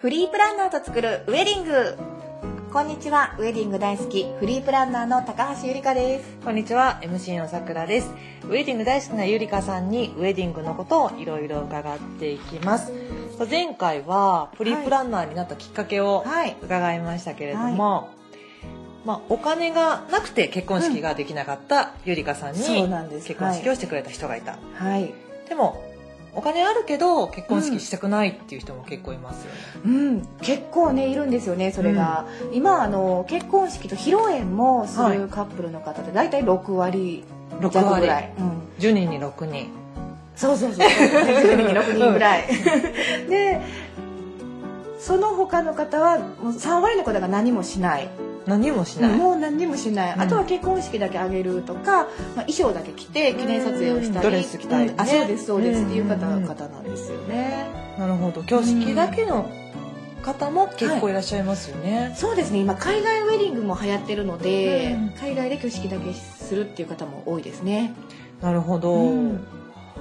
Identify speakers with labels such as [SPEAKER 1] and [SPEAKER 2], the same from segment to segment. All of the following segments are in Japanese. [SPEAKER 1] フリープランナーと作るウェディングこんにちはウェディング大好きフリープランナーの高橋ゆりかです
[SPEAKER 2] こんにちは、MC のさくらです。ウェディング大好きなゆりかさんにウェディングのことをいろいろ伺っていきます。前回はプリープランナーになったきっかけを
[SPEAKER 1] はい
[SPEAKER 2] 伺いましたけれども、まあ、お金がなくて結婚式ができなかったゆりかさんに
[SPEAKER 1] そうなんです
[SPEAKER 2] 結婚式をしてくれた人がいた。
[SPEAKER 1] はい
[SPEAKER 2] でもお金あるけど結婚式したくないっていう人も結構いますよね。
[SPEAKER 1] うん結構ねいるんですよねそれが、今あの結婚式と披露宴もす
[SPEAKER 2] は
[SPEAKER 1] る
[SPEAKER 2] い
[SPEAKER 1] カップルの方って大体6割弱
[SPEAKER 2] 6
[SPEAKER 1] ぐ
[SPEAKER 2] 割
[SPEAKER 1] らい、うん、
[SPEAKER 2] 10人に6人。
[SPEAKER 1] そうそう そう10人6人ぐらいでその他の方はもう3割の方が何もしない
[SPEAKER 2] 何もしない。
[SPEAKER 1] もう何もしない、
[SPEAKER 2] うん
[SPEAKER 1] あとは結婚式だけあげるとか、まあ、衣装だけ着て記念撮影をしたり、
[SPEAKER 2] うんドレス着たりね
[SPEAKER 1] うんあそうですそうです、
[SPEAKER 2] うん
[SPEAKER 1] っていう方方なんですよね、
[SPEAKER 2] なるほど。挙式だけの方も結構いらっしゃいますよね。
[SPEAKER 1] そうですね今海外ウェディングも流行ってるので、
[SPEAKER 2] うん
[SPEAKER 1] 海外で挙式だけするっていう方も多いですね、
[SPEAKER 2] なるほど、
[SPEAKER 1] うん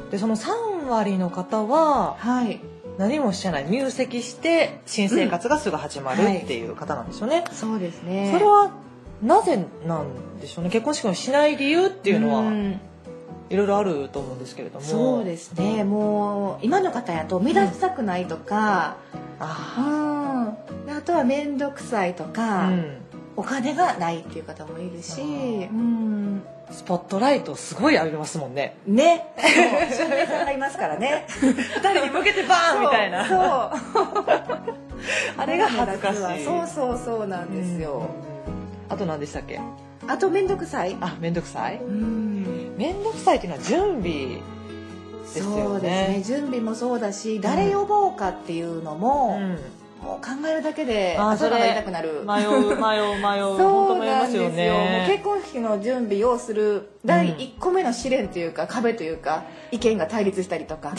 [SPEAKER 2] でその3割の方は
[SPEAKER 1] はい
[SPEAKER 2] 何もしてない入籍して新生活がすぐ始まる
[SPEAKER 1] うんはい
[SPEAKER 2] っていう方なんですよね、
[SPEAKER 1] そうですね
[SPEAKER 2] それはなぜなんでしょうね結婚式をしない理由っていうの
[SPEAKER 1] う
[SPEAKER 2] は
[SPEAKER 1] ん
[SPEAKER 2] いろいろあると思うんですけれども
[SPEAKER 1] そうですねもう今の方やと目立ちたくないとか、う
[SPEAKER 2] あ
[SPEAKER 1] ん、であとは面倒くさいと
[SPEAKER 2] あ、
[SPEAKER 1] か、
[SPEAKER 2] うん、
[SPEAKER 1] お金がないっていう方もいるし、
[SPEAKER 2] あー
[SPEAKER 1] うん、
[SPEAKER 2] スポットライトすごい浴びますもんね
[SPEAKER 1] ね、そう、照明さんがいますからね。
[SPEAKER 2] 誰に向けてバーンみたいな
[SPEAKER 1] そう。
[SPEAKER 2] あれが恥ずかしい
[SPEAKER 1] そうそうそうなんですよ。
[SPEAKER 2] あと何でしたっけ
[SPEAKER 1] あと面倒くさい。
[SPEAKER 2] あ面倒くさい
[SPEAKER 1] うん。
[SPEAKER 2] 面倒くさいっていうのは準備です
[SPEAKER 1] そ
[SPEAKER 2] よ
[SPEAKER 1] うですね。
[SPEAKER 2] ね
[SPEAKER 1] 準備もそうだし、誰呼ぼうかっていうのも、
[SPEAKER 2] うん
[SPEAKER 1] もう考えるだけで
[SPEAKER 2] あー
[SPEAKER 1] 頭
[SPEAKER 2] そ
[SPEAKER 1] が
[SPEAKER 2] れ
[SPEAKER 1] 痛くなる。
[SPEAKER 2] 迷う迷う 迷
[SPEAKER 1] そ
[SPEAKER 2] う本当
[SPEAKER 1] う
[SPEAKER 2] 迷いま
[SPEAKER 1] なん
[SPEAKER 2] す
[SPEAKER 1] ですよ
[SPEAKER 2] よ
[SPEAKER 1] もう結
[SPEAKER 2] ね
[SPEAKER 1] 婚式の準備をする第1個目の試練というか、壁というか意見が対立したりと か
[SPEAKER 2] こ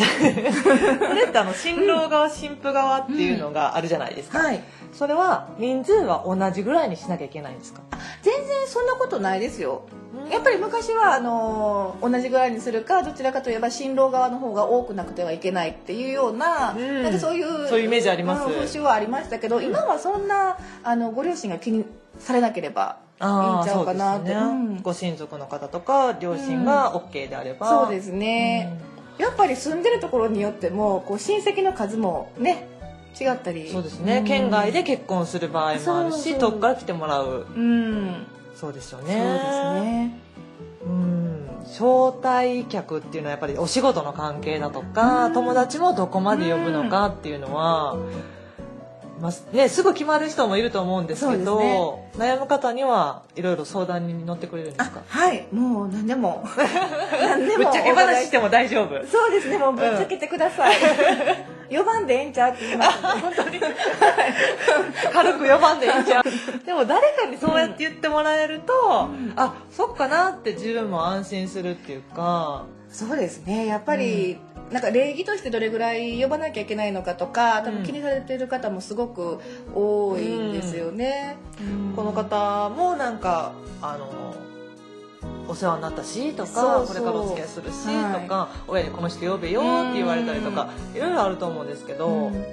[SPEAKER 2] れってあの新郎側新婦側っていうのがあるじゃないですか、
[SPEAKER 1] はい
[SPEAKER 2] それは人数は同じぐらいにしなきゃいけないんですか
[SPEAKER 1] 全然そんなことないですよやっぱり昔はあのー同じぐらいにするかどちらかといえば新郎側の方が多くなくてはいけないっていうような,、
[SPEAKER 2] うん
[SPEAKER 1] なんかそういう
[SPEAKER 2] そういうイメージあります
[SPEAKER 1] うん風習はありましたけど、今はそんなあのご両親が気にされなければいいんちゃうかなって
[SPEAKER 2] あーそうですね
[SPEAKER 1] うん
[SPEAKER 2] ご親族の方とか両親が OK であれば、
[SPEAKER 1] そうです
[SPEAKER 2] す
[SPEAKER 1] ね、やっぱり住んでるところによってもこう親戚の数もね違ったり
[SPEAKER 2] そうですね、県外で結婚する場合もある
[SPEAKER 1] そうそ
[SPEAKER 2] し
[SPEAKER 1] う
[SPEAKER 2] 遠くから来てもらう
[SPEAKER 1] うん
[SPEAKER 2] そうですよ
[SPEAKER 1] そうで
[SPEAKER 2] ね
[SPEAKER 1] すね
[SPEAKER 2] うん招待客っていうのはやっぱりお仕事の関係だとか、
[SPEAKER 1] うん
[SPEAKER 2] 友達もどこまで呼ぶのかっていうのは、まあね、すぐ決まる人もいると思うんですけど
[SPEAKER 1] そ
[SPEAKER 2] 悩む方にはいろいろ相談に乗ってくれるんですか
[SPEAKER 1] はいもう何で も何でも
[SPEAKER 2] ぶっちゃけ
[SPEAKER 1] お伺い
[SPEAKER 2] 話しても大丈夫
[SPEAKER 1] そうですね、もうぶっちゃけてください。呼ばんでええんちゃうって言います。本当に。
[SPEAKER 2] 軽く呼ばんでいい じゃんでも誰かにそうやって言ってもらえると、
[SPEAKER 1] ん
[SPEAKER 2] あそっかなって自分も安心するっていうか
[SPEAKER 1] そうですね、やっぱり、なんか礼儀としてどれぐらい呼ばなきゃいけないのかとか、多分気にされてる方もすごく多いんですよね。
[SPEAKER 2] この方もなんかあのお世話になったしとか
[SPEAKER 1] そうそう
[SPEAKER 2] これからお付き合いするしと
[SPEAKER 1] はい
[SPEAKER 2] か、親にこの人呼べよって言われたりとかいろいろあると思うんですけど、
[SPEAKER 1] うん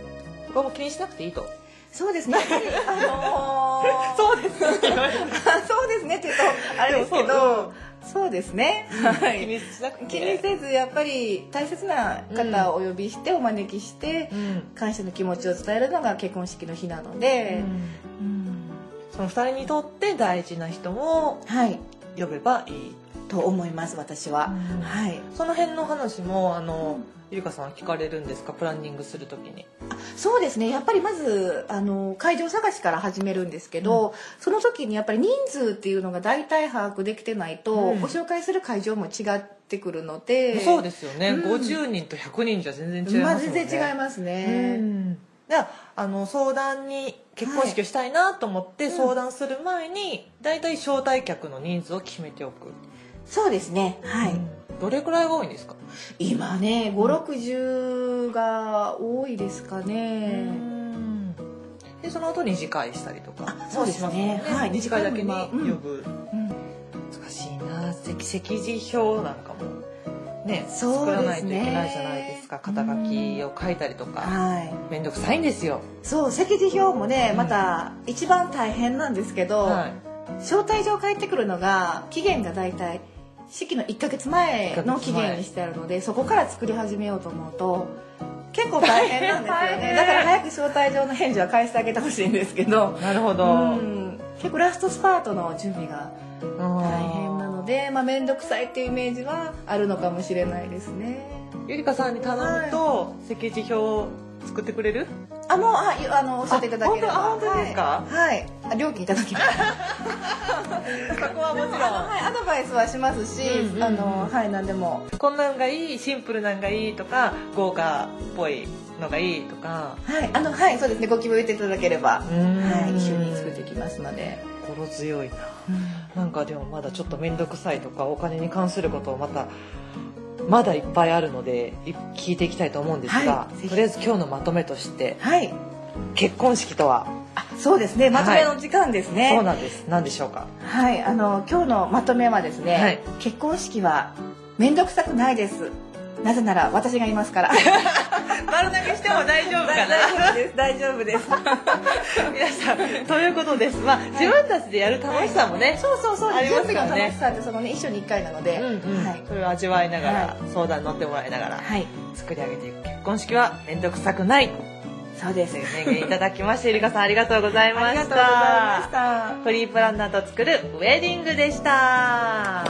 [SPEAKER 2] そこはもう気にしなくていいと。
[SPEAKER 1] そうですね、やっぱりあ のー
[SPEAKER 2] そうです
[SPEAKER 1] そうですねって言うと、あれですけ
[SPEAKER 2] でもそ
[SPEAKER 1] ど、
[SPEAKER 2] う
[SPEAKER 1] そうですね。は
[SPEAKER 2] 気
[SPEAKER 1] い。
[SPEAKER 2] にしなくて
[SPEAKER 1] 気にせず、やっぱり大切な方をお呼びして、お招きして、
[SPEAKER 2] うん
[SPEAKER 1] 感謝の気持ちを伝えるのが結婚式の日なので、うん
[SPEAKER 2] その二人にとって大事な人も
[SPEAKER 1] はい
[SPEAKER 2] 呼べばいい、
[SPEAKER 1] と思います私は、はい
[SPEAKER 2] その辺の話もあの、ゆうかさんは聞かれるんですかプランニングするときに。
[SPEAKER 1] そうですねやっぱりまずあの会場探しから始めるんですけど、その時にやっぱり人数っていうのが大体把握できてないと、
[SPEAKER 2] うん
[SPEAKER 1] ご紹介する会場も違ってくるので
[SPEAKER 2] そうですよね、
[SPEAKER 1] うん
[SPEAKER 2] 50人と100人じゃ全然違い
[SPEAKER 1] ま
[SPEAKER 2] ま
[SPEAKER 1] あ
[SPEAKER 2] す
[SPEAKER 1] 全
[SPEAKER 2] もんね。
[SPEAKER 1] 然違いますね、
[SPEAKER 2] ねであの相談に結婚式をしたいなと思って
[SPEAKER 1] うん
[SPEAKER 2] 相談する前に、だいたい招待客の人数を決めておく、
[SPEAKER 1] そうですねはい、
[SPEAKER 2] うんどれくらいが多いんですか、
[SPEAKER 1] 今ね560が多いですかね、
[SPEAKER 2] うんでその後二次会したりとか
[SPEAKER 1] あそうですねはい
[SPEAKER 2] 二次会だけに呼
[SPEAKER 1] うん
[SPEAKER 2] ぶ、
[SPEAKER 1] うん
[SPEAKER 2] 難しいな席席次表なんかもね
[SPEAKER 1] そう
[SPEAKER 2] 作
[SPEAKER 1] ですね
[SPEAKER 2] らないといけないじゃないですか肩書きを書いたりとか
[SPEAKER 1] はい
[SPEAKER 2] 面倒くさいんですよ、
[SPEAKER 1] そう席次表もね
[SPEAKER 2] うん
[SPEAKER 1] また一番大変なんですけど、
[SPEAKER 2] はい、
[SPEAKER 1] 招待状返ってくるのが期限が大体式の1ヶ月前の期限にしてあるのでそこから作り始めようと思うと結構大変なんですよ
[SPEAKER 2] 大
[SPEAKER 1] ね
[SPEAKER 2] 変
[SPEAKER 1] だから早く招待状の返事は返してあげてほしいんですけど
[SPEAKER 2] なるほ
[SPEAKER 1] う
[SPEAKER 2] ど、
[SPEAKER 1] ん結構ラストスパートの準備が大変なの
[SPEAKER 2] で
[SPEAKER 1] でまあ面倒くさいっていうイメージはあるのかもしれないですね。
[SPEAKER 2] ゆりかさんに頼むと席次表を作ってくれる
[SPEAKER 1] あもうあいあのおっしゃっていただければ
[SPEAKER 2] あ本当あ本当ですか
[SPEAKER 1] はい、はいあ料金いただきます
[SPEAKER 2] そこはもち
[SPEAKER 1] あの
[SPEAKER 2] ろ
[SPEAKER 1] はい、アドバイスはしますし、
[SPEAKER 2] うんうんうん
[SPEAKER 1] あのはい何でも
[SPEAKER 2] んこんなんがいいシンプルなんがいいとか豪華っぽいのがいいとか
[SPEAKER 1] はいあのはいそうですねご希望言っていただければ、は、
[SPEAKER 2] はい
[SPEAKER 1] 一緒に作っていきますので、
[SPEAKER 2] 心強いななんかでもまだちょっと面倒くさいとかお金に関することをまたまだいっぱいあるのでい聞いていきたいと思うんですが、
[SPEAKER 1] はいぜひ
[SPEAKER 2] とりあえず今日のまとめとして
[SPEAKER 1] はい
[SPEAKER 2] 結婚式とは、
[SPEAKER 1] あそうですねまとめの時間ですね、
[SPEAKER 2] そ
[SPEAKER 1] は
[SPEAKER 2] う
[SPEAKER 1] い
[SPEAKER 2] なんです何でしょうか
[SPEAKER 1] あの今日のまとめはですね、
[SPEAKER 2] はい
[SPEAKER 1] 結婚式は面倒くさくないですなぜなら私がいますから
[SPEAKER 2] 丸投げしても大丈夫か
[SPEAKER 1] 大
[SPEAKER 2] な
[SPEAKER 1] 丈夫です大丈夫です
[SPEAKER 2] 皆さんということですまあ、自分たちでやる楽しさもね、
[SPEAKER 1] そうそうそう
[SPEAKER 2] ありますよね
[SPEAKER 1] 準備の楽しさってそのね一緒に一回なので、
[SPEAKER 2] うんうん
[SPEAKER 1] はい
[SPEAKER 2] それを味わいながら、
[SPEAKER 1] は
[SPEAKER 2] 相談に乗ってもらいながら
[SPEAKER 1] はい
[SPEAKER 2] 作り上げていく結婚式は面倒くさくない
[SPEAKER 1] そうです
[SPEAKER 2] 名言いただきましてゆりかさんありがとうござい
[SPEAKER 1] あ
[SPEAKER 2] ま
[SPEAKER 1] りがとう
[SPEAKER 2] し
[SPEAKER 1] ございま
[SPEAKER 2] た
[SPEAKER 1] した
[SPEAKER 2] フリープランナーと作るウェディングでした。